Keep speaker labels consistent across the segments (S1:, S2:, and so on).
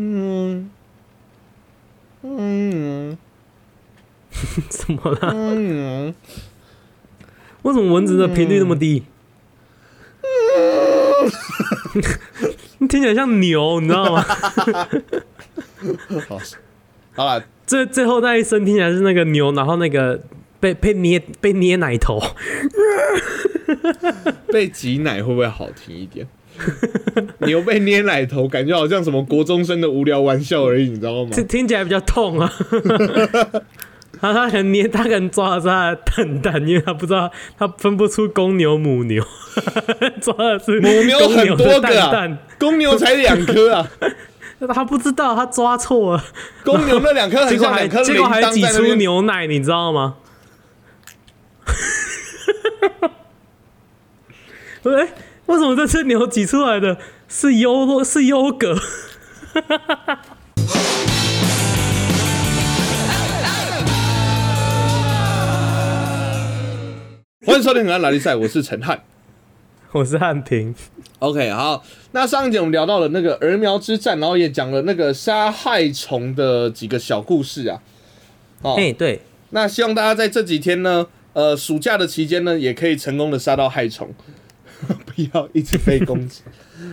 S1: 嗯嗯
S2: 怎么了？
S1: 嗯，
S2: 为什么蚊子的频率那么低？你听起来像牛，你知道吗？
S1: 好，好了，
S2: 最最后那一声听起来是那个牛，然后那个被被捏被捏奶头，
S1: 被挤奶会不会好听一点？牛被捏奶头，感觉好像什么国中生的无聊玩笑而已，你知道吗
S2: 这？听起来比较痛啊。他他可能捏，他可能抓的是他的蛋蛋，因为他不知道他分不出公牛母牛， 抓的是
S1: 母牛
S2: 公
S1: 很多
S2: 的
S1: 个啊
S2: 蛋蛋，
S1: 公牛才两颗 啊，
S2: 他不知道他抓错了，
S1: 公牛那两颗
S2: 结
S1: 很
S2: 果
S1: 像
S2: 还
S1: 两颗
S2: 结
S1: 铃
S2: 果还
S1: 铛
S2: 挤
S1: 在那
S2: 出
S1: 边
S2: 牛奶，你知道吗？ 哎、为什么这只牛挤出来的是优酪是优格？
S1: 欢迎收听《很爱拉力赛》，我是陈汉。
S2: 我是汉平，
S1: OK，好，那上一节我们聊到了那个儿苗之战，然后也讲了那个杀害虫的几个小故事啊。哦，
S2: 哎、对，
S1: 那希望大家在这几天呢，呃，暑假的期间呢，也可以成功的杀到害虫， 不要一直被攻击。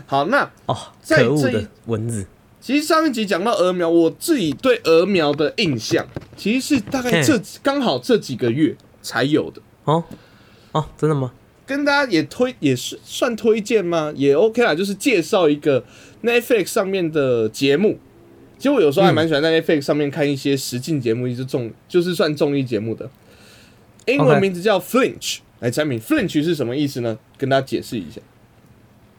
S1: 好，那
S2: 哦，
S1: 在
S2: 可恶
S1: 这一
S2: 的蚊子，
S1: 其实上一集讲到鹅苗，我自己对鹅苗的印象，其实是大概这刚好这几个月才有的。
S2: 哦哦，真的吗？
S1: 跟大家也推也是算推荐吗？也 OK 啦，就是介绍一个 Netflix 上面的节目。其实我有时候还蛮喜欢在 Netflix 上面看一些实境节目，一直综就是算综艺节目的。英文
S2: OK
S1: 名字叫 Flinch，来产品 Flinch 是什么意思呢？跟大家解释一下。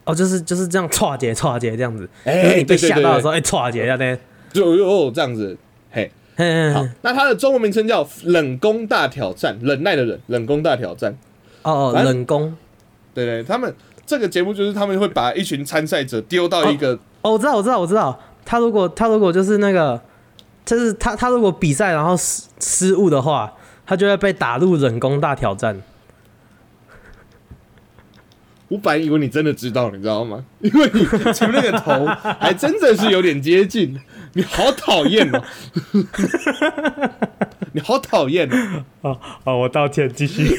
S2: 哦，就是就是这样歘姐歘姐这样子，
S1: 哎
S2: 就是你被
S1: 对对
S2: 吓
S1: 对
S2: 到的
S1: 对
S2: 时候，哎歘姐这样呢，
S1: 就哦这样子，嘿，
S2: 嘿嘿
S1: 好
S2: 嘿，
S1: 那它的中文名称叫《冷宫大挑战》，忍耐的忍，冷宫大挑战。
S2: 哦哦
S1: 反正
S2: 冷宫，
S1: 对对，他们这个节目就是他们会把一群参赛者丢到一个
S2: 哦我知道我知道我知道，他如果他如果就是那个，就是他他如果比赛然后失失误的话，他就会被打入冷宫大挑战。
S1: 我本来以为你真的知道，你知道吗？因为你除那个头，还真的是有点接近。你好讨厌哦！你好讨厌哦！
S2: 哦哦，我道歉，继续。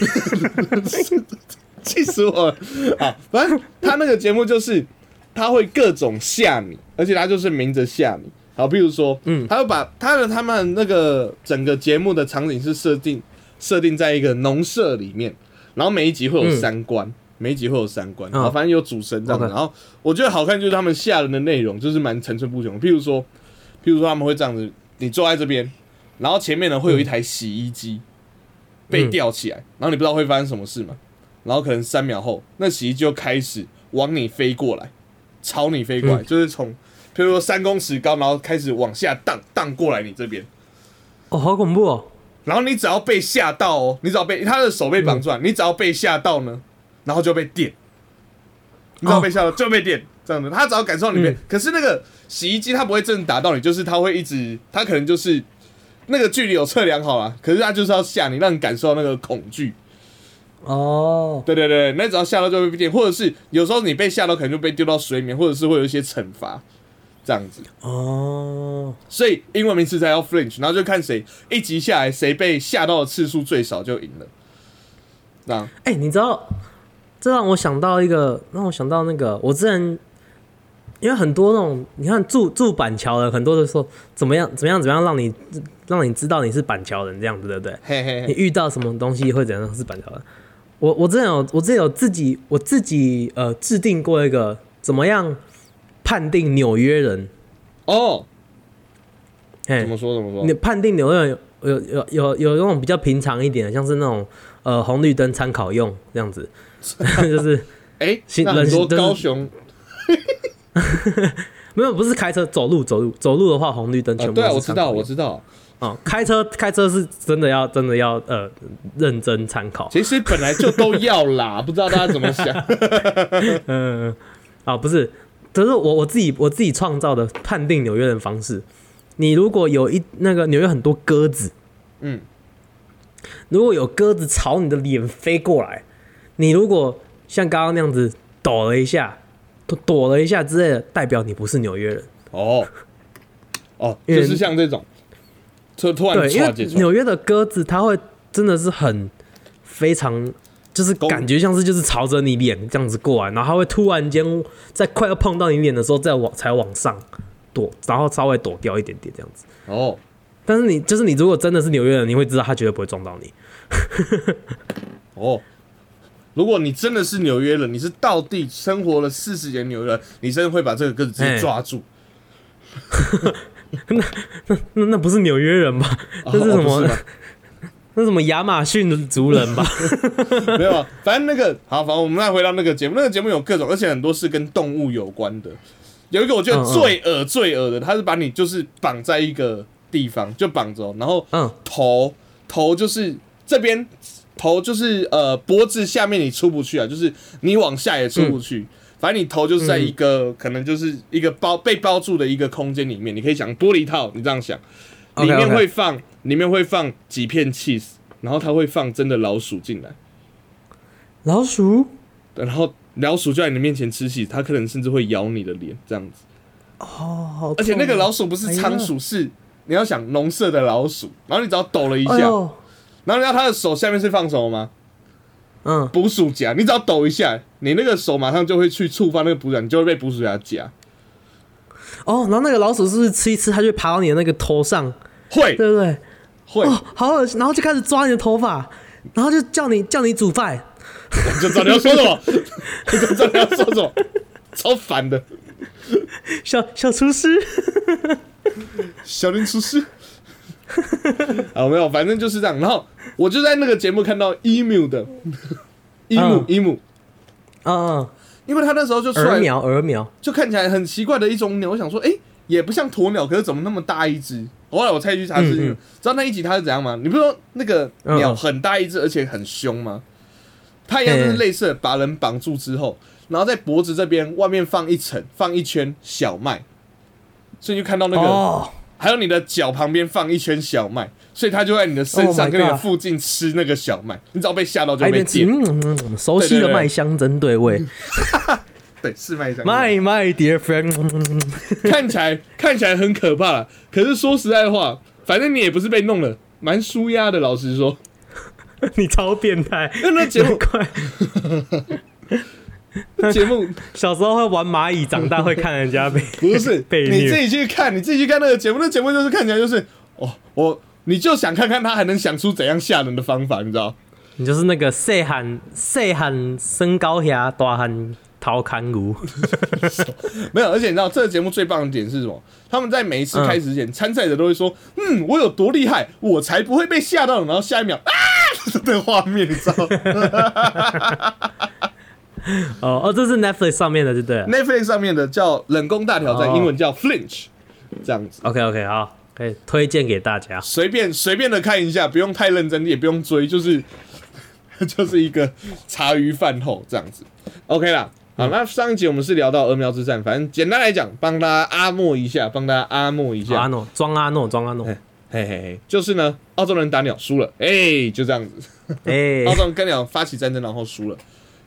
S1: 气死我了！啊，反正他那个节目就是他会各种吓你，而且他就是明着吓你。好，比如说，嗯，他会把他的他们那个整个节目的场景是设定设定在一个农舍里面，然后每一集会有
S2: 嗯
S1: 三关，每一集会有三关，
S2: 嗯
S1: 然后反正有主神这样子。
S2: OK
S1: 然后我觉得好看就是他们吓人的内容，就是蛮层出不穷。譬如说，譬如说他们会这样子，你坐在这边，然后前面呢会有一台洗衣机
S2: 嗯
S1: 被吊起来，然后你不知道会发生什么事嘛，然后可能三秒后，那洗衣机就开始往你飞过来，朝你飞过来，就是从譬如说三公尺高，然后开始往下荡荡过来你这边。
S2: 哦，好恐怖哦！
S1: 然后你只要被吓到哦，你只要被他的手被绑住啊，你只要被吓到呢，然后就被电，你只要被吓到就被电，这样的。他只要感受到你被，
S2: 嗯
S1: 可是那个洗衣机它不会真的打到你，就是它会一直，它可能就是那个距离有测量好了，可是它就是要吓你，让你感受到那个恐惧。
S2: 哦，
S1: 对对对，那只要吓到就会被电，或者是有时候你被吓到可能就被丢到水里面，或者是会有一些惩罚，这样子。
S2: 哦，
S1: 所以英文名词才叫 flinch，然后就看谁一集下来谁被吓到的次数最少就赢了。那
S2: 哎、你知道，这让我想到一个，让我想到那个，我之前因为很多那种，你看住住板桥的，很多的说怎么样怎么样怎么样，让你让你知道你是板桥人这样子，对不对？
S1: 嘿嘿
S2: 你
S1: 嘿，
S2: 遇到什么东西会怎样是板桥人？我我之前有我之前有自己我自己呃制定过一个怎么样判定纽约人，
S1: 哦，
S2: 哎
S1: 怎，么说怎么
S2: 你
S1: 说？
S2: 判定纽约人有有有有有那种比较平常一点的，像是那种呃红绿灯参考用这样子， 就是
S1: 哎、
S2: 行
S1: 那很
S2: 人
S1: 多
S2: 就是
S1: 高雄
S2: 没有不是开车走路走路走路的话，红绿灯
S1: 啊、
S2: 全部
S1: 对啊，
S2: 都
S1: 我知
S2: 是参考
S1: 道
S2: 用
S1: 我知道。
S2: 哦，开车开车是真的要真的要呃认真参考，
S1: 其实本来就都要啦， 不知道大家怎么想。
S2: 嗯啊、不是，可是我我自己我自己创造的判定纽约人方式，你如果有一那个纽约很多鸽子，
S1: 嗯，
S2: 如果有鸽子朝你的脸飞过来，你如果像刚刚那样子抖了一下，躲躲了一下之类的，代表你不是纽约人。
S1: 哦，哦，
S2: 因为
S1: 就是像这种，突突然
S2: 对，因
S1: 唰
S2: 为
S1: 解出来，
S2: 纽约的鸽子，它会真的是很非常，就是
S1: 攻
S2: 感觉像是就是朝着你脸这样子过来，然后它会突然间在快要碰到你脸的时候，再往才往上躲，然后稍微躲掉一点点这样子。
S1: 哦，
S2: 但是你就是你，如果真的是纽约人，你会知道他绝对不会撞到你。
S1: 哦，如果你真的是纽约人，你是到地生活了四十年纽约人，你真的会把这个鸽子直接
S2: 哎
S1: 抓住。
S2: 那那不是纽约人吧？
S1: 哦
S2: 这是什
S1: 哦
S2: 么
S1: 不 吗？
S2: 那什么亚马逊族人吧？
S1: 没有啊，反正那个好，反正我们再回到那个节目，那个节目有各种，而且很多是跟动物有关的。有一个我觉得
S2: 嗯嗯
S1: 最恶最恶的，他是把你就是绑在一个地方，就绑着哦，然后
S2: 嗯，
S1: 头头就是这边头就是呃脖子下面你出不去啊，就是你往下也出不去。
S2: 嗯
S1: 反正你头就是在一个、可能就是一个包被包住的一个空间里面，你可以想玻璃套，你这样想，里
S2: OK，OK
S1: 面会放里面会放几片 cheese，然后它会放真的老鼠进来。
S2: 老鼠
S1: 然后老鼠就在你的面前吃血，它可能甚至会咬你的脸这样子。
S2: 哦，好
S1: 而且那个
S2: 痛哦
S1: 老鼠不是仓
S2: 哎
S1: 鼠，是你要想农舍的老鼠，然后你只要抖了一
S2: 哎
S1: 下，
S2: 呦，
S1: 然后你知道它的手下面是放什么吗？
S2: 嗯，
S1: 捕鼠夹，你只要抖一下，你那个手马上就会去触发那个捕鼠夹，你就会被捕鼠夹夹。
S2: 哦，然后那个老鼠是不是吃一吃，它就会爬到你的那个头上，
S1: 会
S2: 对不对？
S1: 会，
S2: 哦，好恶心，然后就开始抓你的头发，然后就叫你叫你煮饭，
S1: 你就知道你要说什 么，你就知道你要说什么，超烦的。
S2: 小小厨师，
S1: 小林厨师。啊，没有，反正就是这样。然后我就在那个节目看到 emu 的 emu
S2: 嗯
S1: emu，
S2: 嗯嗯，
S1: 因为他那时候就出
S2: 鹅
S1: 来
S2: 苗鹅苗，
S1: 就看起来很奇怪的一种鸟，我想说，哎、也不像鸵鸟，可是怎么那么大一只？后来我才去查资
S2: 嗯
S1: 料，
S2: 嗯
S1: 知道那一集它是怎样吗？你不是说那个鸟很大一只，而且很凶吗？它一样就是类似的把人绑住之后，然后在脖子这边外面放一层，放一圈小麦，所以就看到那个，
S2: 哦，
S1: 还有你的脚旁边放一圈小麦，所以它就在你的身
S2: Oh my
S1: 上跟你的
S2: God
S1: 附近吃那个小麦，你只要被吓到就
S2: 还一
S1: 被
S2: 边吃，
S1: 电，
S2: 嗯嗯嗯，熟悉
S1: 对对嗯
S2: 的
S1: 对
S2: 麦香真对味
S1: 对，是麦香。
S2: ，My my dear friend，嗯嗯嗯
S1: 看起来看起来很可怕啦，可是说实在话，反正你也不是被弄了，蛮舒压的。老实说，
S2: 嗯 你超变态，
S1: 因为那节 目
S2: 快，
S1: 节目
S2: 小时候会玩蚂蚁，长大会看人家被，
S1: 不是
S2: 被
S1: 你
S2: 虐
S1: 自己去看，你自己去看那个节目，那节目就是看起来就是哦，我你就想看看他还能想出怎样吓人的方法，你知道？
S2: 你就是那个细汉细汉身高遐大汉掏看牛，
S1: 没有，而且你知道这个节目最棒的点是什么？他们在每一次开始前，参赛者都会说：“嗯，我有多厉害，我才不会被吓到。”然后下一秒啊， 的画面，你知道
S2: 哦哦，这是 Netflix 上面的，就对了
S1: ？Netflix 上面的叫《冷宫大挑战》，
S2: 哦
S1: 英文叫 Flinch，这样子。
S2: ，OK OK，好，可以推荐给大家。
S1: 随便随便的看一下，不用太认真，也不用追，就是 就是一个茶余饭后这样子。OK 啦，好，
S2: 嗯
S1: 那上一集我们是聊到鹅苗之战，反正简单来讲，帮大家阿莫一下，帮大家阿莫一
S2: 阿
S1: 下，
S2: 诺，装阿诺，装阿诺，
S1: 哎嘿嘿嘿，就是呢，澳洲人打鸟输了，哎、就这样子，
S2: 哎
S1: 澳，洲人跟鸟发起战争，然后输了，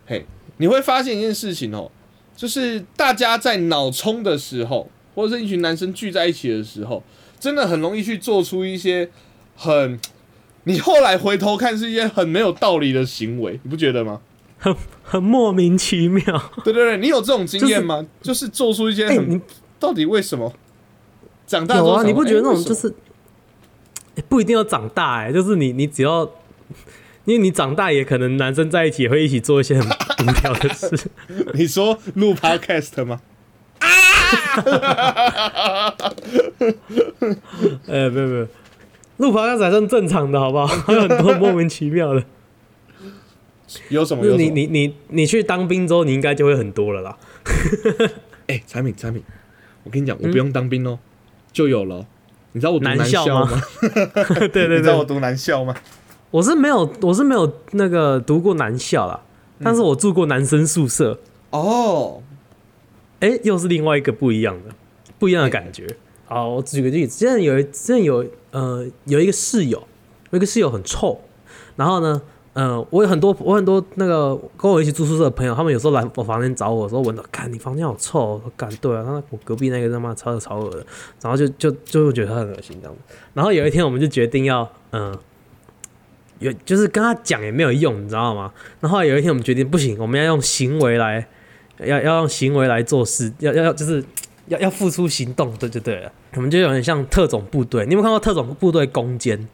S1: 嘿，你会发现一件事情哦，就是大家在脑冲的时候，或者是一群男生聚在一起的时候，真的很容易去做出一些很，你后来回头看是一些很没有道理的行为，你不觉得吗？
S2: 很很莫名其妙。
S1: 对对对，你有这种经验吗？就是做出一些
S2: 哎、
S1: 很，
S2: 你
S1: 到底为什么？长大之
S2: 有
S1: 后
S2: 啊？
S1: 想
S2: 你不
S1: 哎
S2: 觉得那
S1: 为
S2: 种
S1: 什
S2: 就
S1: 么
S2: 是、哎不一定要长大哎、就是你你只要，因为你长大也可能男生在一起也会一起做一些很无聊的 事。
S1: 你说录 podcast 吗？
S2: 哎、没有没有，录爬刚才算正常的好 不好？还有很多莫名其妙的。
S1: 有什么？
S2: 就是
S1: 有什
S2: 你
S1: 么？
S2: 你你你去当兵之后，你应该就会很多 了啦。
S1: 哎、产品产品，我跟你讲，
S2: 嗯
S1: 我不用当兵哦，就有了哦。你知道我读
S2: 男
S1: 南
S2: 校
S1: 校
S2: 吗？对
S1: 你
S2: 对
S1: 知道我
S2: 对，
S1: 读南校吗？
S2: 我是没有我是没有那个读过男校啦，
S1: 嗯
S2: 但是我住过男生宿舍。
S1: 哦，
S2: 哎、又是另外一个不一样的、不一样的感觉。好，我举个例子，之前有一之前有呃有一个室友，有一个室友很臭，然后呢，呃，我有很多我很多那个跟我一起住宿舍的朋友，他们有时候来我房间找我的时候，闻到，看你房间好臭哦，我说干对啊，他我隔壁那个他妈超超恶的，然后就就就会觉得他很恶心这样子。然后有一天我们就决定要，嗯、有就是跟他讲也没有用，你知道吗？然后后来有一天我们决定不行，我们要用行为来，要要用行为来做事，要要要就是要要付出行动，对对对了。我们就有点像特种部队，你有没有看过特种部队攻坚？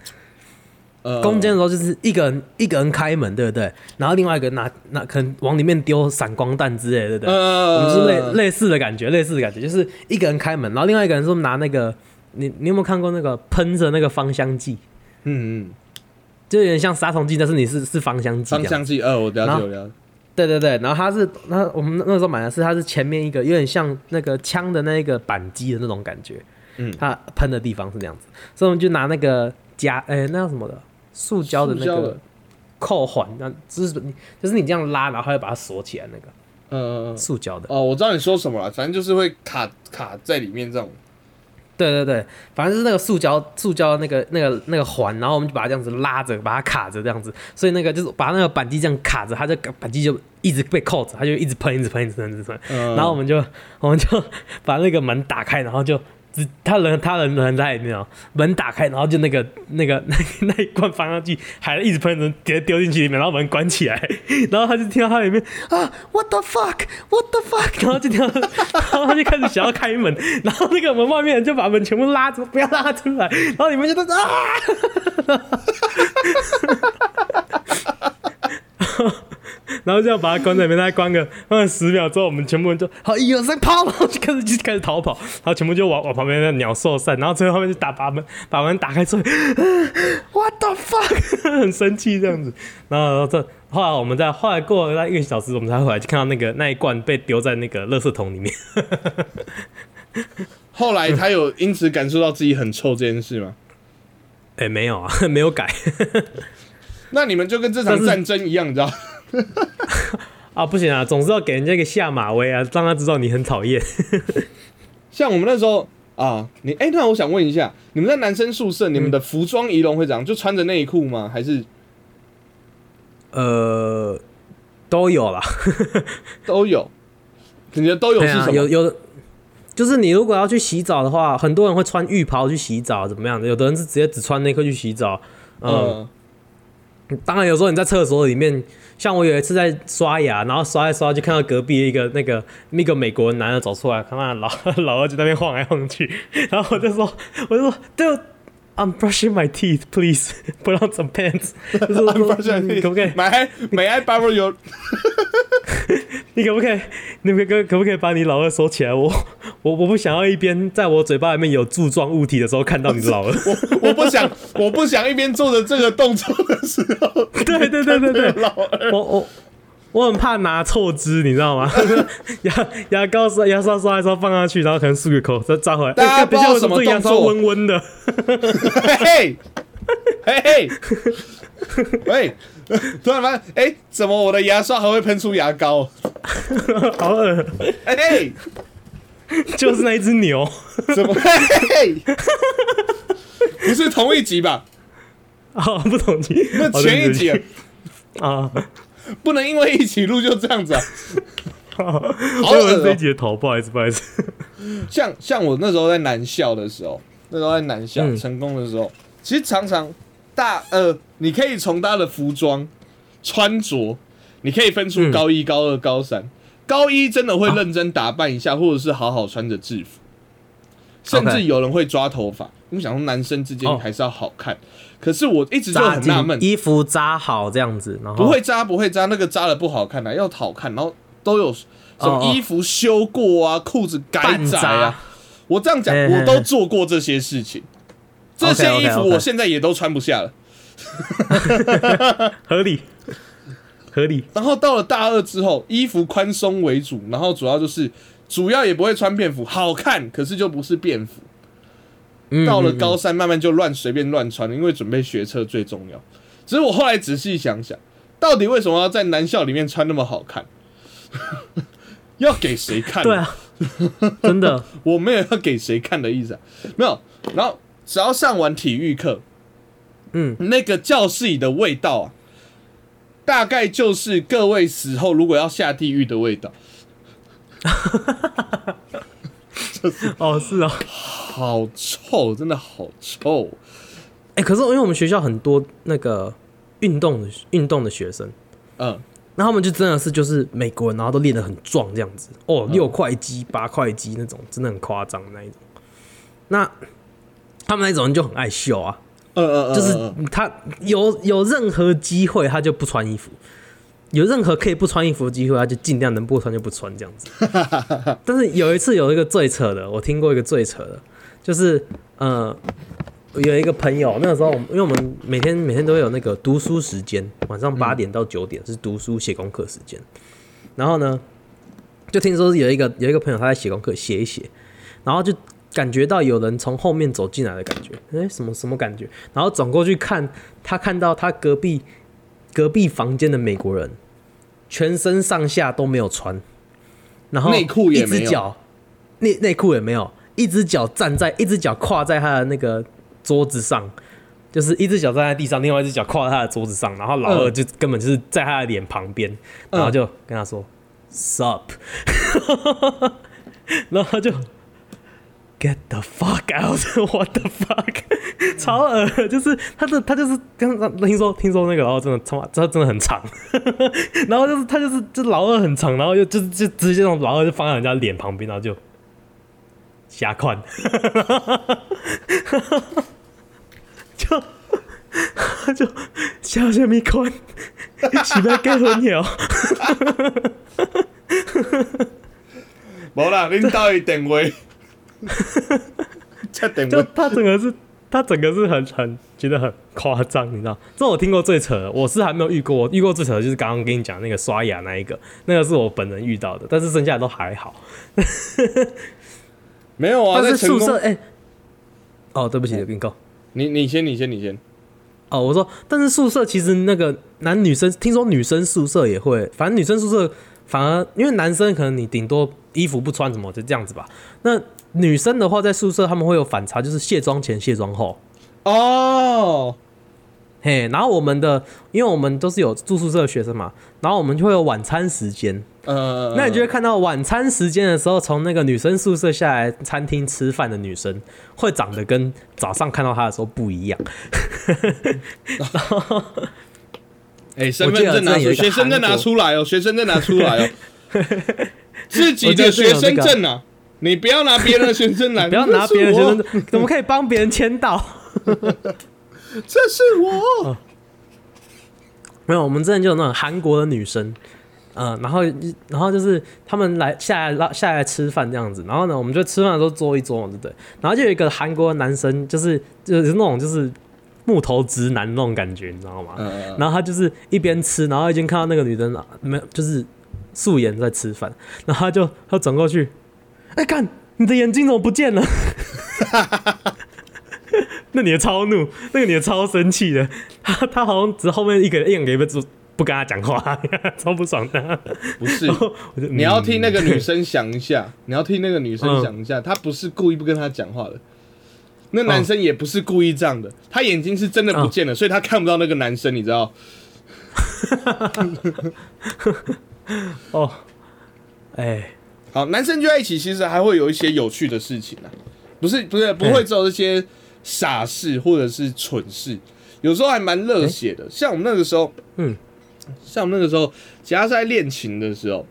S1: 呃，
S2: 攻坚的时候就是一个人一个人开门，对不对？然后另外一个拿拿可能往里面丢闪光弹之类的，对不对？我
S1: 呃，
S2: 们是类
S1: 累
S2: 类似的感觉，类似的感觉，就是一个人开门，然后另外一个人说拿那个，你你有没有看过那个喷着那个芳香剂？
S1: 嗯嗯，
S2: 就有点像杀虫剂，但是你是是芳香剂这
S1: 芳
S2: 样。
S1: 香剂，呃，我了
S2: 然
S1: 解，
S2: 后
S1: 我了解，
S2: 对对对，然后它是那我们那时候买的是它是前面一个有点像那个枪的那个扳机的那种感觉，
S1: 嗯
S2: 它喷的地方是这样子，所以我们就拿那个夹诶、那叫什么的塑胶的那
S1: 塑胶
S2: 个
S1: 的
S2: 扣环，那就是你就是你这样拉，然后它会把它锁起来那个
S1: 呃，
S2: 塑胶的，
S1: 哦，我知道你说什么了，反正就是会卡卡在里面这种，
S2: 对对对，反正就是那个塑胶塑胶那个那个那个环，然后我们就把它这样子拉着，把它卡着这样子，所以那个就是把那个扳机这样卡着，它就扳机就一直被扣着，它就一直喷，一直喷，一直喷，一直喷。
S1: 呃
S2: 然后我们就我们就把那个门打开，然后就只他人他人人在里面哦，门打开，然后就那个那个那那一罐防香剂还一直喷人直接丢进去里面，然后门关起来， 然后他就听到他里面啊 what the fuck what the fuck，然后就听到， 然后他就开始想要开门，然后那个门外面就把门全部拉住，不要拉出来，然后里面就在啊。然后这样把它关在里面，大概关个关个十秒之后，我们全部人就好一二三跑，然 后就开始就开始逃跑，然后全部就往往旁边的鸟兽散，然后最后面就打把门把门打开之后啊，what the fuck，很 生气这样子，然后然后这后来我们在后来过了大概一个小时，我们才回来就看到那个那一罐被丢在那个垃圾桶里面，
S1: 后来他有因此感受到自己很臭这件事吗？
S2: 哎没有啊， 没有改
S1: 那你们就跟这场
S2: 但是
S1: 战争一样，你知道？
S2: 啊，不行啊，总是要给人家一个下马威啊，让他知道你很讨厌。
S1: 像我们那时候啊，你哎、那我想问一下，你们在男生宿舍，你
S2: 嗯
S1: 们的服装仪容会怎样？就穿着内裤吗？还是
S2: 呃，都有啦。
S1: 都有？你的都有
S2: 对
S1: 是什
S2: 啊、
S1: 么？
S2: 有有的，就是你如果要去洗澡的话，很多人会穿浴袍去洗澡，怎么样的？有的人是直接只穿内裤去洗澡。嗯，
S1: 嗯，
S2: 当然有时候你在厕所里面，像我有一次在刷牙，然后刷一刷就看到隔壁一个那个那个美国男的走出来，他妈的老 老二就在那边晃来晃去，然后我就说我就说 d I'm brushing my teeth, please put on some pants 就是
S1: I'm brushing
S2: 嗯你可不可以？
S1: ？May I May I borrow your
S2: 你可不可以？你可可可不可以把你老二收起来？我我我不想要一边在我嘴巴里面有柱状物体的时候看到你 老二。
S1: 我不想，我不想一边做着这个动作的时候，
S2: 对对对对对，
S1: 老二
S2: 我我我很怕拿错汁，你知道吗？ 牙牙膏刷牙刷刷一刷放上去，然后可能漱个口再扎回来。
S1: 大家
S2: 哎等一下，
S1: 不
S2: 为
S1: 知道
S2: 什么
S1: 什么
S2: 这个牙
S1: 动
S2: 刷
S1: 作
S2: 温温的？
S1: 嘿嘿嘿嘿，喂，突然发现，哎、怎么我的牙刷还会喷出牙膏？
S2: 好恶，
S1: 哎、嘿
S2: 就是那一只牛。
S1: 怎么？嘿嘿不是同一集吧？
S2: 啊，不同级，
S1: 那
S2: 好
S1: 前一集啊
S2: 对不起啊，
S1: 不能因为一起录就这样子啊！好
S2: 我以
S1: 恶
S2: 为是这一
S1: 哦、
S2: 集的头，不好意思，不好意思。
S1: 像像我那时候在南校的时候，那时候在南校、
S2: 嗯
S1: 成功的时候，其实常常大呃，你可以从他的服装穿着，你可以分出
S2: 嗯
S1: 高一、高二、高三。高一真的会认真打扮一下，或者是好好穿着制服，甚
S2: 嗯 OK
S1: 至有人会抓头发。你想说男生之间
S2: 哦
S1: 还是要好看，可是我一直 就很纳闷，
S2: 衣服扎好这样子，然后
S1: 不会扎不会扎，那个扎的不好看啊，要好看，然后都有什
S2: 哦哦
S1: 么衣服修过啊，裤子改
S2: 半
S1: 窄
S2: 扎
S1: 啊。。我这样讲，
S2: 嘿嘿嘿
S1: 我都做过这些事情，这些
S2: OK，OK，OK
S1: 衣服我现在也都穿不下了。
S2: 合理，合理。
S1: 然后到了大二之后，衣服宽松为主，然后主要就是主要也不会穿便服，好看，可是就不是便服。到了高三，慢慢就乱随便乱穿了，因为准备学测最重要。只是我后来仔细想想，到底为什么要在男校里面穿那么好看？ 要给谁看？
S2: 对， 啊，真的，
S1: 我没有要给谁看的意思、啊，没有。然后只要上完体育课，
S2: 嗯，
S1: 那个教室里的味道啊，大概就是各位死后如果要下地狱的味道，
S2: 哦，是哦，
S1: 好臭，真的好臭。
S2: 哎、可是因为我们学校很多那个运动的运动的学生，
S1: 嗯，
S2: 那他们就真的是就是美国人，然后都练得很壮这样子，哦，六块肌、八块肌那种，真的很夸张的那一种。那他们那种人就很爱秀啊，
S1: 嗯嗯嗯，
S2: 就是
S1: 嗯嗯
S2: 他有有任何机会他就不穿衣服，有任何可以不穿衣服的机会他就尽量能不穿就不穿这样 子。但是有一次有一个最扯的，我听过一个最扯的，就是呃有一个朋友那个时候我们，因为我们每天每天都有那个读书时间，晚上
S1: 嗯
S2: 八点到九点是读书写功课时间，然后呢就听说有一个有一个朋友他在写功课写一写，然后就感觉到有人从后面走进来的感觉，哎、什么什么感觉？然后转过去看，他看到他隔壁隔壁房间的美国人，全身上下都没有穿，然后
S1: 内裤也没有
S2: 一只脚内内裤也没有，一只脚站在，一只脚跨在他的那个桌子上。就是一只脚站在地上，另外一只脚跨在他的桌子上，然后老二
S1: 嗯
S2: 就根本就是在他的脸旁边，然后就跟他说 “sup”，然后他就 Get the fuck out! What the fuck? 超恶，就是他的他就是刚刚听说听说那个，然后真的他妈他真的很长， 然后就是他就是就老二很长，然后就就就直接从老二就放在人家脸旁边，然后就瞎看，就 就笑什么看，是要结婚哦 了？
S1: 无啦，恁兜的电 话，这电
S2: 就
S1: 话，
S2: 他整个是，他整个是很很觉得很夸张，你知道？这我听过最扯的，我是还没有遇过，我遇过最扯的就是刚刚跟你讲那个刷牙那一个，那个是我本人遇到的，但是剩下的都还好。
S1: 没有啊，
S2: 但
S1: 在
S2: 是
S1: 成
S2: 宿舍
S1: 功，
S2: 哎、哦，对不起，并购。
S1: 你你先，你先，你先，
S2: 哦，我说，但是宿舍其实那个男女生，听说女生宿舍也会，反正女生宿舍反而因为男生可能你顶多衣服不穿什么就这样子吧。那女生的话，在宿舍他们会有反差，就是卸妆前、卸妆后。
S1: 哦，
S2: 嘿，然后我们的，因为我们都是有住宿舍的学生嘛，然后我们就会有晚餐时间。
S1: 呃，
S2: 那你就会看到晚餐时间的时候，从那个女生宿舍下来餐厅吃饭的女生，会长得跟早上看到她的时候不一样。
S1: 哎，身份证拿
S2: 我记得有
S1: 出，
S2: 一个
S1: 学生证拿出来哦，学生证拿出 来哦，自己的
S2: 我记得
S1: 学
S2: 有这
S1: 生
S2: 个
S1: 证啊，你不要拿别人的学生 来，
S2: 不要拿别人的学生
S1: 这是我，
S2: 证，怎么可以帮别人签到？
S1: 这是
S2: 哦
S1: 我，
S2: 没有，我们之前就有那种韩国的女生，嗯，然后然后就是他们来下来拉下来吃饭这样子，然后呢，我们就吃饭的时候坐一桌嘛，对不对？然后就有一个韩国的男生，就是就是那种就是木头直男那种感觉，你知道吗？
S1: 呃，
S2: 然后他就是一边吃，然后已经看到那个女生啊没有，就是素颜在吃饭，然后他就他转过去，哎、看你的眼睛怎么不见了？那女的超怒，那个女的超生气的，他他好像只后面一个一两个礼拜不不跟他讲话， 超不爽的。
S1: 不是，
S2: 我就
S1: 你要替那个女
S2: 哦嗯
S1: 生想一下，你要替那个女生想一下，她不是故意不跟她讲话的，那男
S2: 嗯
S1: 生也不是故意这样的，他眼睛是真的不见了，所以他看不到那个男生，你知道？
S2: 哦，哎、
S1: 好，男生聚在一起，其实还会有一些有趣的事情啊，不是不是不会只有这些傻事或者是蠢事，有时候还蛮热血的。像我们那个时候，
S2: 嗯，
S1: 像我们那个时候，其他是在练琴的时候，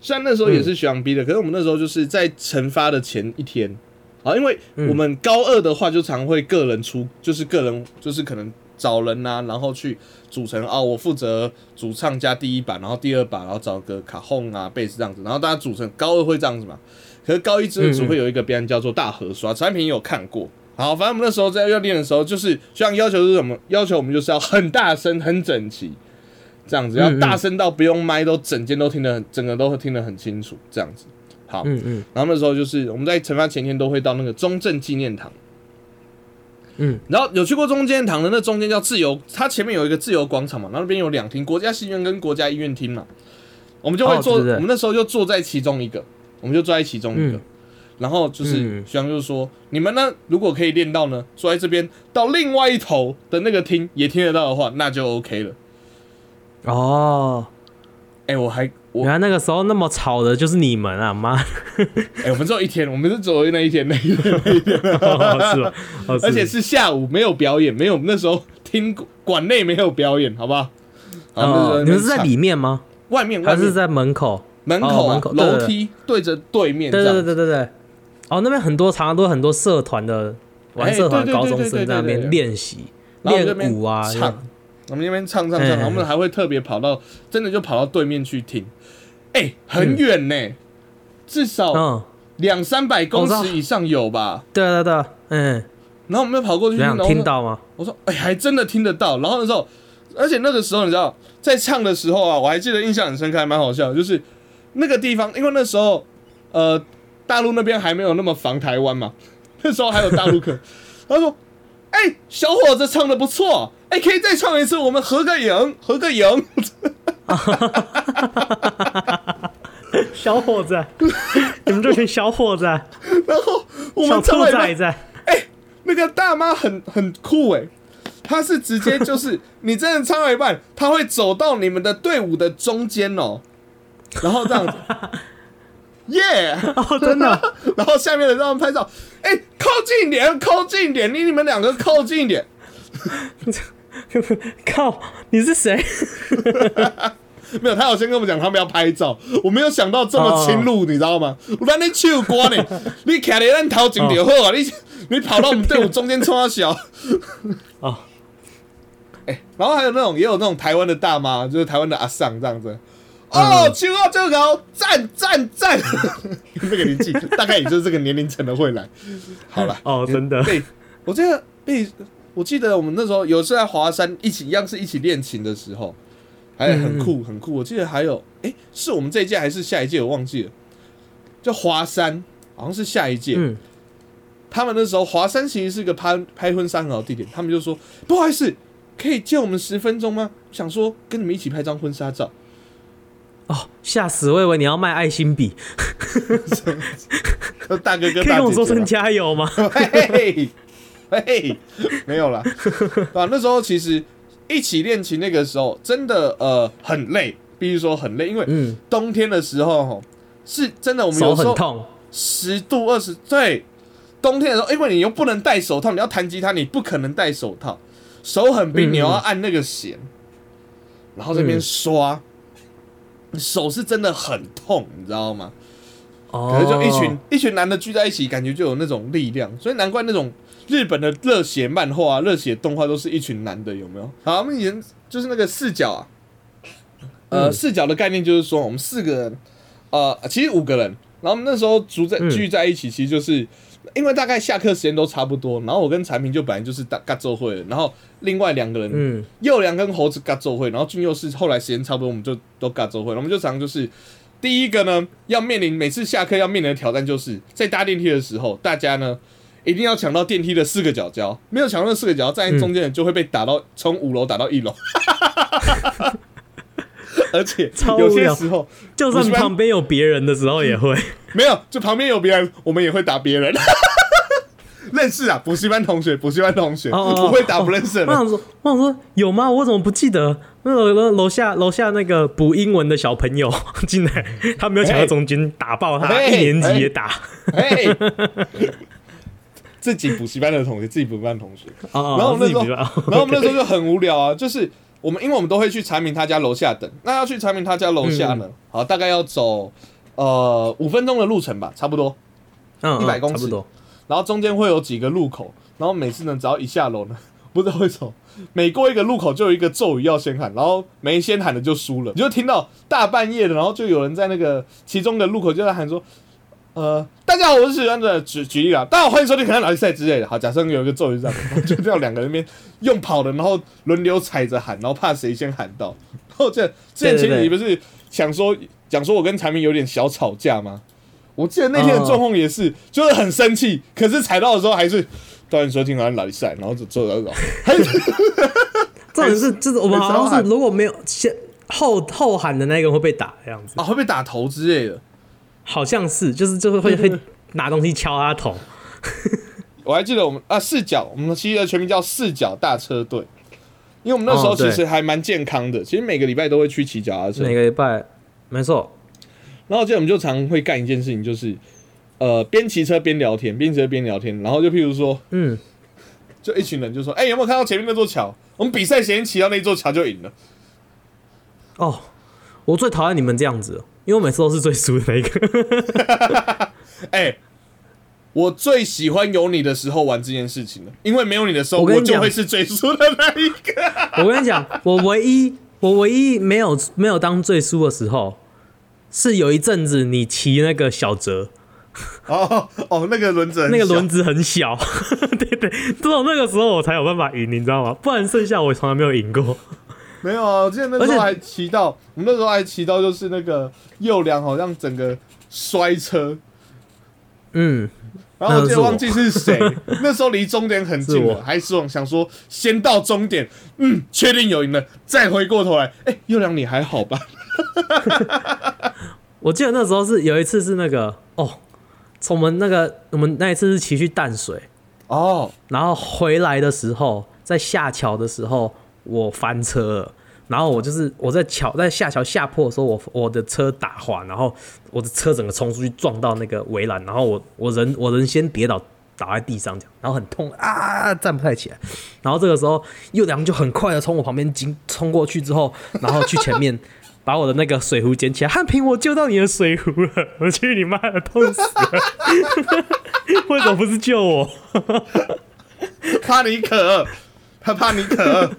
S1: 虽然那时候也是学长逼的，可是我们那时候就是在惩罚的前一天，啊，因为我们高二的话就常会个人出，就是个人就是可能找人呐、然后去组成哦，我负责主唱加第一把，然后第二把，然后找个卡轰啊、贝斯这样子，然后大家组成高二会这样子嘛。可是高一之后只会有一个表演叫做大合刷，产品也有看过。好，反正我们那时候在要练的时候，就是学长要求是什么？要求我们就是要很大声、很整齐，这样子，要
S2: 嗯嗯
S1: 大声到不用麦都整间都听得很，整个都听得很清楚，这样子。好，
S2: 嗯嗯
S1: 然后那时候就是我们在惩罚前天都会到那个中正纪念堂，
S2: 嗯，
S1: 然后有去过中正纪念堂的，那中间叫自由，它前面有一个自由广场嘛，然后那边有两厅，国家戏院跟国家音乐厅嘛，我们就会
S2: 哦
S1: 坐，
S2: 对对对
S1: 我们那时候就坐在其中一个，我们就坐在其中一个，
S2: 嗯
S1: 然后就是
S2: 嗯
S1: 徐阳就说，你们呢如果可以练到呢，坐在这边到另外一头的那个厅也听得到的话，那就 OK 了。
S2: 哦，
S1: 哎、我还我
S2: 原来那个时候那么吵的就是你们啊，妈，
S1: 哎、我们只有一天，我们是只有那一天那一天，
S2: 哦 是吧？哦
S1: 而且是下午没有表演，没有那时候听馆内没有表演，好不好？好那时候
S2: 哦，你们是在
S1: 唱
S2: 里面吗？
S1: 外面，外
S2: 还是
S1: 面
S2: 在门口？
S1: 门
S2: 哦
S1: 口啊
S2: 门口对对
S1: 楼梯对着对面
S2: 对
S1: 这样
S2: 对对对对。哦，那边很多常常都有很多社团的玩
S1: 哎
S2: 社团的
S1: 对对
S2: 高
S1: 对
S2: 中
S1: 对
S2: 生
S1: 对
S2: 在那
S1: 对
S2: 边
S1: 对
S2: 练习
S1: 然后我们这
S2: 练
S1: 边
S2: 舞啊，
S1: 唱，我们那边唱唱唱，
S2: 哎
S1: 然后我们还会特别跑到，真的就跑到对面去听，哎、很远呢、至少
S2: 嗯，
S1: 两三百公
S2: 我知
S1: 尺
S2: 道
S1: 以上有吧。
S2: 对啊对啊对啊，嗯，
S1: 然后我们就跑过去
S2: 怎
S1: 听，
S2: 样
S1: 然后
S2: 听到吗？
S1: 我说，哎、还真的听得到。然后那时候，而且那个时候你知道，在唱的时候啊，我还记得印象很深刻，还蛮好笑的，就是那个地方，因为那时候呃，大陆那边还没有那么防台湾嘛， 那时候还有大陆客，他说，哎、小伙子唱的不错，哎、可以再唱一次，我们合个影，合个影。
S2: 小伙子， 你们这群小伙 子，
S1: 然后我们唱了一半，
S2: 子，
S1: 那个大妈很很酷哎、她是直接就是你真的唱到一半，她会走到你们的队伍的中间哦，然后这样子，yeah，
S2: 哦，真的，
S1: 然后下面的让他们拍照，哎、靠近一点，靠近一点，你你们两个靠近一点，
S2: 靠，你是谁？
S1: 没有，他有先跟我们讲他们要拍照，我没有想到这么侵入，你知道吗？我让你手瓜呢，你卡在咱头前就好啊，你你跑到我们队伍中间冲他小。
S2: 哦，
S1: 然后还有那种也有那种台湾的大妈，就是台湾的阿桑这样子。哦，秋高秋高，赞赞赞！ 这个年纪大概也就是这个年龄层的会来。好了，
S2: 哦，真的，
S1: 被我这个被我记得我们那时候有次在华山一起一样是一起练琴的时候，还很酷很酷。我记得还有哎、诶是我们这一届还是下一届我忘记了，叫华山，好像是下一届。
S2: 嗯，
S1: 他们那时候华山其实是个拍拍婚纱很好的地点，他们就说不好意思，可以借我们十分钟吗？想说跟你们一起拍张婚纱 照，
S2: 哦，吓死我以为你要卖爱心笔，
S1: 大哥
S2: 可
S1: 跟
S2: 以跟
S1: 大
S2: 我说
S1: 姐姐
S2: 声
S1: 嘛，
S2: 加油吗？
S1: 嘿嘿嘿，没有 啦，啊，那时候其实一起练琴那个时候真的呃很累，必须说很累，因为
S2: 嗯，
S1: 冬天的时候吼是真的，我们
S2: 手
S1: 有时
S2: 很
S1: 候
S2: 痛，
S1: 十度二十对，冬天的时候，因为你又不能戴手套，你要弹吉他你不可能戴手套，手很冰，
S2: 嗯
S1: 你要按那个弦，然后这边刷，手是真的很痛，你知道吗？可
S2: 哦，
S1: 能就一群、一群男的聚在一起，感觉就有那种力量，所以难怪那种日本的热血漫画、啊、热血动画都是一群男的，有没有？好，我们以前就是那个视角啊，呃，
S2: 嗯
S1: 视角的概念就是说，我们四个人，呃，其实五个人，然后我们那时候组在
S2: 嗯
S1: 聚在一起，其实就是。因为大概下课时间都差不多，然后我跟产品就本来就是大嘎奏会了，然后另外两个人
S2: 嗯，
S1: 右良跟猴子嘎奏会，然后俊佑是后来时间差不多，我们就都嘎奏会，我们就常常就是第一个呢，要面临每次下课要面临的挑战，就是在搭电梯的时候，大家呢一定要抢到电梯的四个角角，没有抢到四个角角，站在中间的就会被打到从五楼打到 一楼，而且
S2: 超
S1: 有
S2: 无
S1: 些
S2: 聊
S1: 时候
S2: 就算旁边有别人的时候也 会，
S1: 没有，就旁边有别人，我们也会打别人。 认识啊，补习班同学，补习班同学，
S2: 哦哦哦
S1: 不会打不认识的
S2: 我
S1: 人。
S2: 想说，我想说有吗？我怎么不记得？那楼楼楼下楼下那个补英文的小朋友 进来，他没有
S1: 哎
S2: 抢到中间，打爆他，
S1: 嘿
S2: 一年级也打。哎
S1: 嘿， 自己补习班的同学，自己补习班的同学。
S2: 哦，
S1: 然后我
S2: 自
S1: 们那
S2: 己
S1: 时候，
S2: 知 道。
S1: 然后我们那时候就很无聊啊，就是我们因为我们都会去产品他家楼下等，那要去产品他家楼下
S2: 嗯
S1: 呢，好，大概要走呃五分钟的路程吧，差不多。
S2: 嗯，
S1: 100
S2: 嗯
S1: 公尺
S2: 差不多。
S1: 然后中间会有几个路口，然后每次呢，只要一下楼呢， 不知道为什么，每过一个路口就有一个咒语要先喊，然后没先喊的就输了。你就听到大半夜的，然后就有人在那个其中的路口就在喊说：“呃，大家好，我是许安的举举例啊，大家好，欢迎收听《可能老师赛》之类的。”好，假设有一个咒语是这样，然 后就这样两个人那边用跑的，然后轮流踩着喊，然后怕谁先喊到。 然后这之前
S2: 对对
S1: 前
S2: 对
S1: 你不是想说讲说我跟产明有点小吵架吗？我记得那天的状况也是，就是很生气，可是踩到的时候还是导演说听好像哪里赛，然后就坐着走，还是
S2: 重点是，就是我们好
S1: 还是
S2: 像
S1: 要，
S2: 是如果没有先后后喊的那个人会被打的样子
S1: 啊会被打头之类的。
S2: 好像是，就是就是会会拿东西敲他头。
S1: 我还记得我们啊视角，我们其实的全名叫视角大车队。因为我们那时
S2: 哦
S1: 候
S2: 对
S1: 其实还蛮健康的，其实每个礼拜都会去骑脚踏车。
S2: 每个礼拜，没错，
S1: 然后我记得我们就常会干一件事情，就是呃边骑车边聊天，边骑车边聊天。然后就譬如说，
S2: 嗯，
S1: 就一群人就说：“哎、有没有看到前面那座桥？我们比赛前骑到那座桥就赢了。
S2: 哦，我最讨厌你们这样子了，因为我每次都是最输的那一个。
S1: 哎、我最喜欢有你的时候玩这件事情了，因为没有你的时候，
S2: 我跟
S1: 我
S2: 你讲
S1: 就会是最输的那一个。
S2: 我跟你讲，我唯一我唯一没有没有当最输的时候，是有一阵子你骑那个小折，
S1: 哦哦，那个轮子很
S2: 那个
S1: 小
S2: 轮子很小， 对对，只有那个时候我才有办法赢，你知道吗？不然剩下我从来没有赢过。
S1: 没有啊，我记得那时
S2: 而
S1: 候
S2: 且
S1: 还骑到，我们那时候还骑到就是那个右梁好像整个摔车，
S2: 嗯，
S1: 然后我记
S2: 那是
S1: 得
S2: 我
S1: 忘记是 谁，那时候离终点很近
S2: 是
S1: 了，
S2: 我
S1: 还是想说先到终点，嗯，确定有赢了，再回过头来，哎、右梁你还好吧？
S2: 我记得那时候是有一次是那个哦，从我们那个我们那一次是骑去淡水，
S1: 哦，
S2: 然后回来的时候，在下桥的时候我翻车了，然后我就是我在桥在下桥下坡的时候，我我的车打滑，然后我的车整个冲出去撞到那个围栏，然后我我人我人先跌倒。倒在地上这样，然后很痛啊，站不太起来。然后这个时候，右良就很快的从我旁边经冲过去之后，然后去前面把我的那个水壶捡起来。汉平，我救到你的水壶了！我去你妈的，痛死了！ 为什么不是救我？
S1: 怕你渴，他怕你 渴，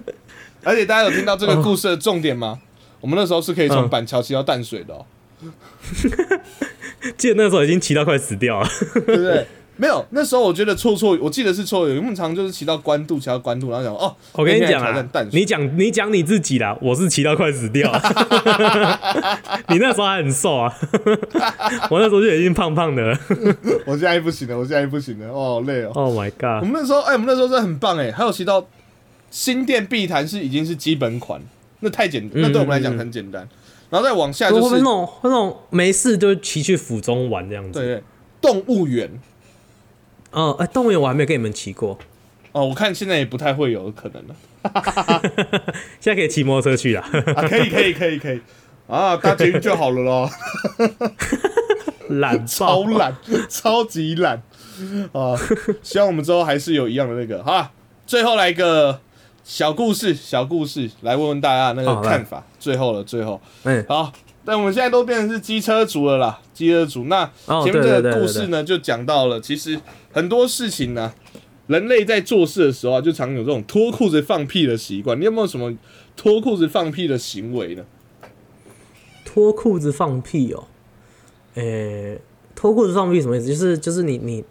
S1: 而且大家有听到这个故事的重点吗？我们那时候是可以从
S2: 嗯
S1: 板桥骑到淡水的、哦，
S2: 记得那时候已经骑到快死掉了。
S1: 对不对？没有，那时候我觉得错错，我记得是错有，我们常就是骑到关渡，骑到关渡，然后想哦，
S2: 我跟你
S1: 那天来
S2: 讲
S1: 挑战
S2: 啊
S1: 淡，水
S2: 你讲你讲你自己啦，我是骑到快死掉 了。你那时候还很瘦啊， 我那时候就已经胖胖的了。
S1: 我现在不行了，我现在不行了，哦，好累哦。
S2: Oh
S1: 我
S2: my god！
S1: 们那时候，哎、我们那时候真的很棒哎、还有骑到新店碧潭是已经是基本款，那太简，那对我们来讲很简单。然后再往下
S2: 我
S1: 就
S2: 嗯会不会
S1: 是
S2: 那种会那种没事就骑去府中玩这样
S1: 对
S2: 子？
S1: 对动物园
S2: 嗯，哎，动物园我还没有跟你们骑过，
S1: 哦，我看现在也不太会有可能了
S2: 现在可以骑摩托车去啦。
S1: 啊，可以可以可以可以啊，搭捷运就好了 咯，
S2: 懒
S1: 超
S2: 爆！
S1: 懒，超级懒啊！希望我们之后还是有一样的那个好啦，最后来一个小故事，小故事来问问大家那个
S2: 好来
S1: 看法。最后了，最后，
S2: 嗯，
S1: 好，但我们现在都变成是机车族了啦，机车族。那
S2: 哦
S1: 前面这
S2: 对对对
S1: 个
S2: 对
S1: 故事呢，就讲到了，其实很多事情呢、人类在做事的时候啊，就常有这种脱裤子放屁的习惯。你有没有什么脱裤子放屁的行为呢？
S2: 脱裤子放屁哦。诶，脱裤子放屁什么意思？就是就是你你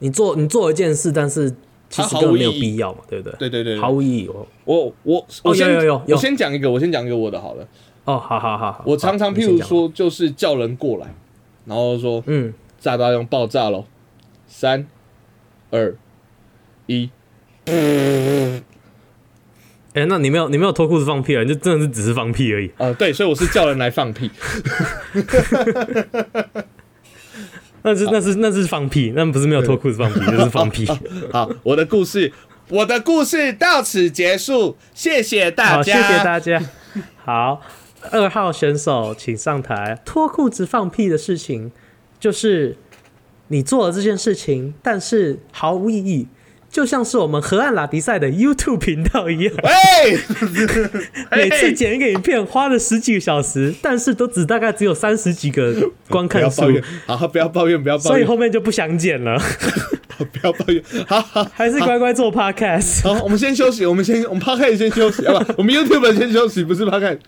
S2: 你做你做一件事，但是其
S1: 它
S2: 实
S1: 毫
S2: 根本
S1: 无
S2: 没有
S1: 意义
S2: 必要嘛，对不对？
S1: 对对对，
S2: 毫，无意义哦。
S1: 我我
S2: 哦
S1: 我先、
S2: 有有有有
S1: 我先讲一个，我先讲一个我的好了。
S2: 哦，好好好好，
S1: 我常常
S2: 好
S1: 譬如，说，就是叫人过来，然后说
S2: 你先讲嗯，
S1: 炸弹用爆炸喽，三二一，
S2: 哎、那你没有你没有脱裤子放屁啊，你就真的是只是放屁而已。
S1: 啊、对，所以我是叫人来放屁。
S2: 那是那是那是放屁，那不是没有脱裤子放屁，就是放屁。
S1: 好，我的故事，我的故事到此结束，谢谢大
S2: 好，谢
S1: 家，
S2: 谢大家。好，二号选手请上台。脱裤子放屁的事情，就是你做了这件事情，但是毫无意义，就像是我们河岸拉迪赛的 YouTube 频道一 样。
S1: 喂，
S2: 每次剪一个影片花了十几个小时，但是都只大概只有三十几个观
S1: 不要
S2: 看数
S1: 抱，怨，好，不要抱怨，不要抱
S2: 所以
S1: 怨，
S2: 后面就不想剪了，
S1: 不要抱怨，好好
S2: 还是乖乖做 podcast。
S1: 好，我们先休息，我们先，我们趴开始先休息，啊不，我们 YouTube 先休息，不是趴开，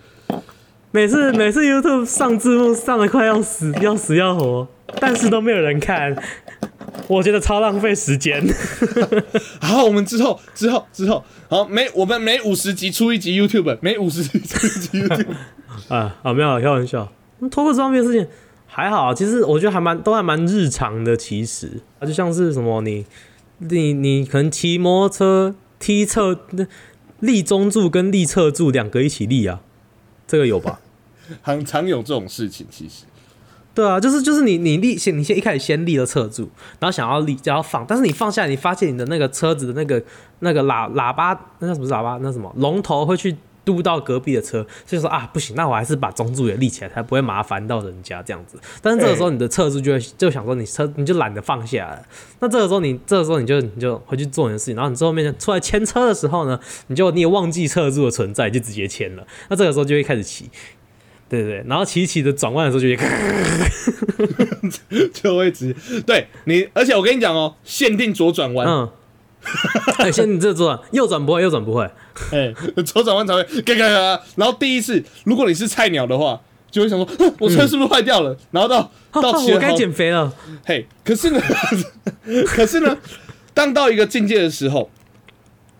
S2: 每次每次 YouTube 上字幕上的快要死要死要活，但是都没有人看，我觉得超浪费时间。
S1: 好，我们之后之后之后，好，每我们每五十集出一集 YouTube，每五十集出一集 YouTube，
S2: 啊啊，没有啦开玩笑。脱裤子方面的事情还好，啊其实我觉得还蛮都还蛮日常的。其实啊，就像是什么你你你可能骑摩托车踢侧立中柱跟立侧柱两个一起立啊，这个有吧？
S1: 很常有这种事情，其实
S2: 对啊，就是就是你你立先你先一开始先立了侧柱，然后想要立就要放，但是你放下来，你发现你的那个车子的那个那个喇喇叭那叫什么喇叭那什么龙头会去嘟到隔壁的车，所以说啊不行，那我还是把中柱也立起来，才不会麻烦到人家这样子。但是这个时候你的侧柱就会就想说你车你就懒得放下来，那这个时候你这个时候你就你就回去做你的事情，然后你最后面出来牵车的时候呢，你就你也忘记侧柱的存在，就直接牵了。那这个时候就会开始骑。对对对，然后骑一骑的转弯的时候就会
S1: 就会直接对你，而且我跟你讲哦，限定左转弯，
S2: 嗯， 哎先你这转，右转不会，右转不会，
S1: 哎、左转弯才会嘎嘎嘎。然后第一次，如果你是菜鸟的话，就会想说，哼我车是不是坏掉了？然后 到
S2: 哈
S1: 到
S2: 哈
S1: 骑
S2: 我
S1: 了
S2: 该
S1: 好
S2: 减肥了。
S1: 嘿，可是呢， 可是呢，当到一个境界的时候，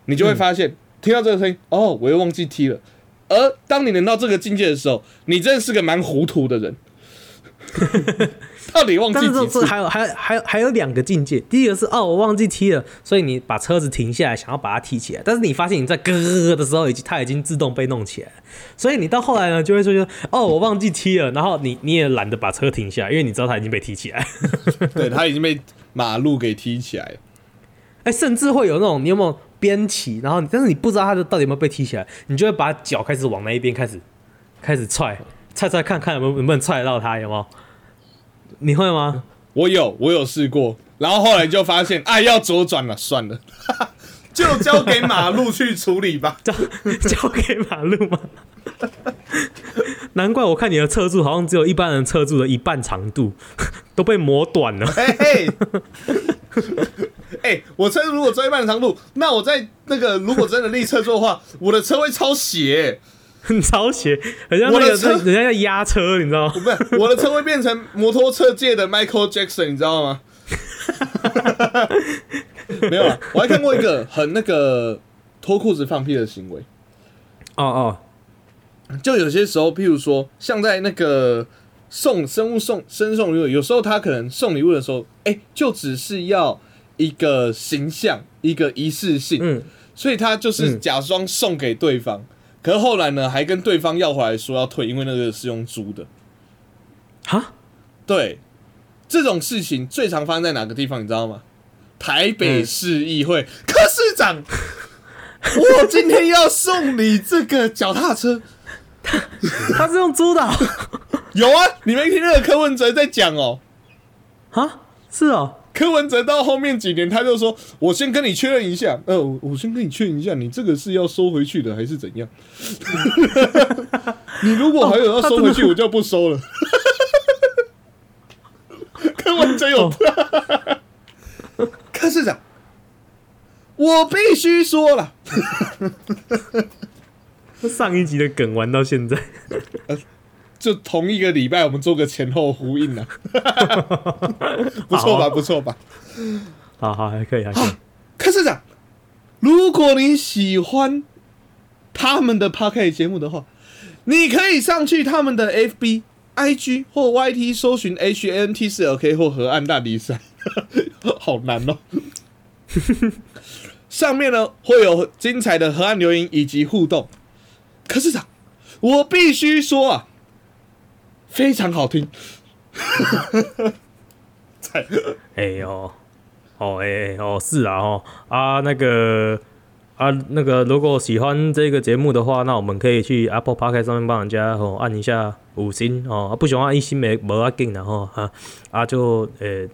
S1: 你就会发现，听到这个声音，哦，我又忘记踢了。而当你能到这个境界的时候，你真的是个蛮糊涂的人。到底忘
S2: 但
S1: 记
S2: 是这
S1: 几
S2: 这
S1: 次？
S2: 还有还有还有还有两个境界，第一个是哦我忘记踢了，所以你把车子停下来想要把它踢起来，但是你发现你在咯咯咯的时候已经它已经自动被弄起来了，所以你到后来呢就会说就哦我忘记踢了，然后你你也懒得把车停下来，因为你知道它已经被踢起来。
S1: 对他已经被马路给踢起来了。
S2: 哎、甚至会有那种你有没有边骑，然后你但是你不知道他的到底有没有被踢起来，你就会把脚开始往那一边开始开始踹，踹踹看看有没有能不能踹得到他，有没有？你会吗？
S1: 我有，我有试过，然后后来就发现，哎，要左转了，算了， 就交给马路去处理吧。
S2: 交交给马路吗？难怪我看你的侧柱好像只有一般人侧柱的一半长度， 都被磨短了。
S1: 嘿嘿，哎，我车如果追半长路，那我在那个如果真的立车座的话，我的车会超斜、
S2: 很超斜，很像那
S1: 我
S2: 个
S1: 的车
S2: 人家要压车，你知道吗？
S1: 不是，我的车会变成摩托车界的 Michael Jackson，你知道吗？没有啊，我还看过一个很那个脱裤子放屁的行为，
S2: 哦哦，
S1: 就有些时候，譬如说，像在那个送生物送生送礼物，有时候他可能送礼物的时候，哎、就只是要一个形象，一个仪式性，
S2: 嗯
S1: 所以他就是假装送给对方。可是后来呢，还跟对方要回来说要退，因为那个是用租的。
S2: 哈，
S1: 对，这种事情最常发生在哪个地方，你知道吗？台北市议会，柯市长，我今天要送你这个脚踏车。
S2: 他是用猪的哦
S1: 有啊，你没听那个柯文哲在讲哦。
S2: 啊？是哦，
S1: 柯文哲到后面几年，他就说：“我先跟你确认一下，呃，我我先跟你确认一下，你这个是要收回去的还是怎样？ 你如果还有要收回去，我就不收了。” 柯文哲有
S2: 哦，
S1: 柯市长，我必须说了，
S2: 上一集的梗玩到现在。
S1: 就同一个礼拜，我们做个前后呼应啊， 不错吧？不错吧？
S2: 好好，还可以，还
S1: 哦
S2: 可以。
S1: 柯市长，如果你喜欢他们的 p o c a s t 节目的话，你可以上去他们的 FB、IG 或 YT 搜寻 HNT 四 LK 或河岸大比赛，好难哦。上面呢会有精彩的河岸留言以及互动。柯市长，我必须说啊，非常好听。
S2: 哎呦，哦，哎、哎哦，是啊，哦啊，那个啊，那个，如果喜欢这个节目的话，那我们可以去 Apple Park 上面帮人家哦按一下五星哦，啊、不喜欢按一星没没要紧的哦啊啊就呃、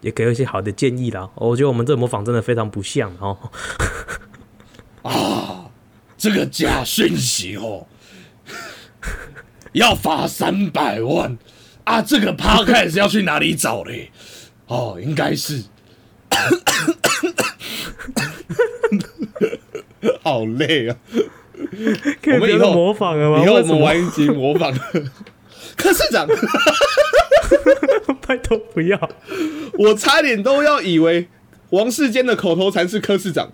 S2: 也给一些好的建议啦。我觉得我们这模仿真的非常不像哦。
S1: 这个假讯息哦，要罚三百万啊！这个 podcast 要去哪里找嘞？哦，应该 是，好累啊！
S2: 可以
S1: 我
S2: 不
S1: 们以
S2: 要
S1: 后
S2: 再模仿了吗？
S1: 以后我
S2: 为什
S1: 们
S2: 么
S1: 玩一集模仿 柯市长，
S2: 拜托不要。
S1: 我差点都要以为王世坚的口头禅是柯市 长。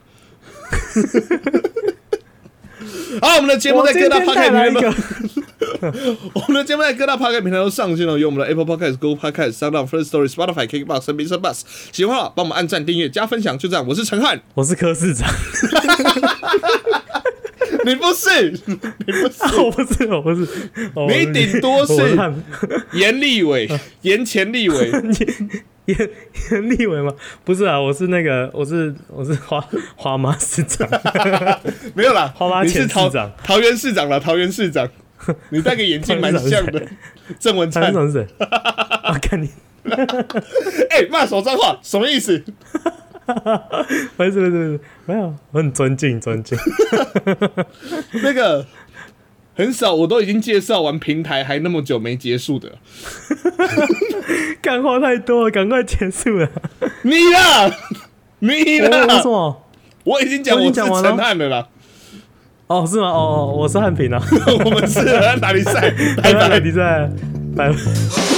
S1: 好，我们的节目
S2: 我
S1: 在
S2: 今
S1: 各大
S2: 天
S1: podcast
S2: 带
S1: 平台
S2: 来一
S1: 都
S2: 个，
S1: 我们的节目在各大 podcast 平台都上线了，有我们的 Apple Podcast、Google Podcast、Sound、First Story、Spotify、KKBox、神兵 Bus。喜欢的话，帮我们按 赞、订阅、加分享，就这样。我是陈汉，
S2: 我是柯市长。
S1: 你不是，你不是，
S2: 啊我不是，我不是，我不
S1: 你顶多
S2: 我
S1: 是
S2: 看
S1: 严立 伟、严前立伟，
S2: 严严立伟吗？不是啊，我是那个，我是我是花花妈市长，
S1: 没有啦
S2: 花妈，
S1: 你
S2: 前
S1: 是桃
S2: 市长
S1: 桃园市长啦，桃园市长，你戴个眼镜蛮像 的，郑文灿
S2: 台湾，总是 谁？啊，看你，
S1: 哎，骂手脏话什么意思？
S2: 不是不是不是，没有，我很尊敬尊敬。
S1: 那个很少，我都已经介绍完平台，还那么久没结束的，
S2: 干话太多了，赶快结束了。
S1: 你啦，你
S2: 我我什
S1: 啦，
S2: 么？
S1: 我已经讲
S2: 我已
S1: 我
S2: 经
S1: 是
S2: 讲完了
S1: 陈汉了啦，
S2: 哦，是吗？哦，哦我是汉平啊，
S1: 我们是哪里赛？拜
S2: 拜
S1: 拜
S2: 拜，。你在，拜拜。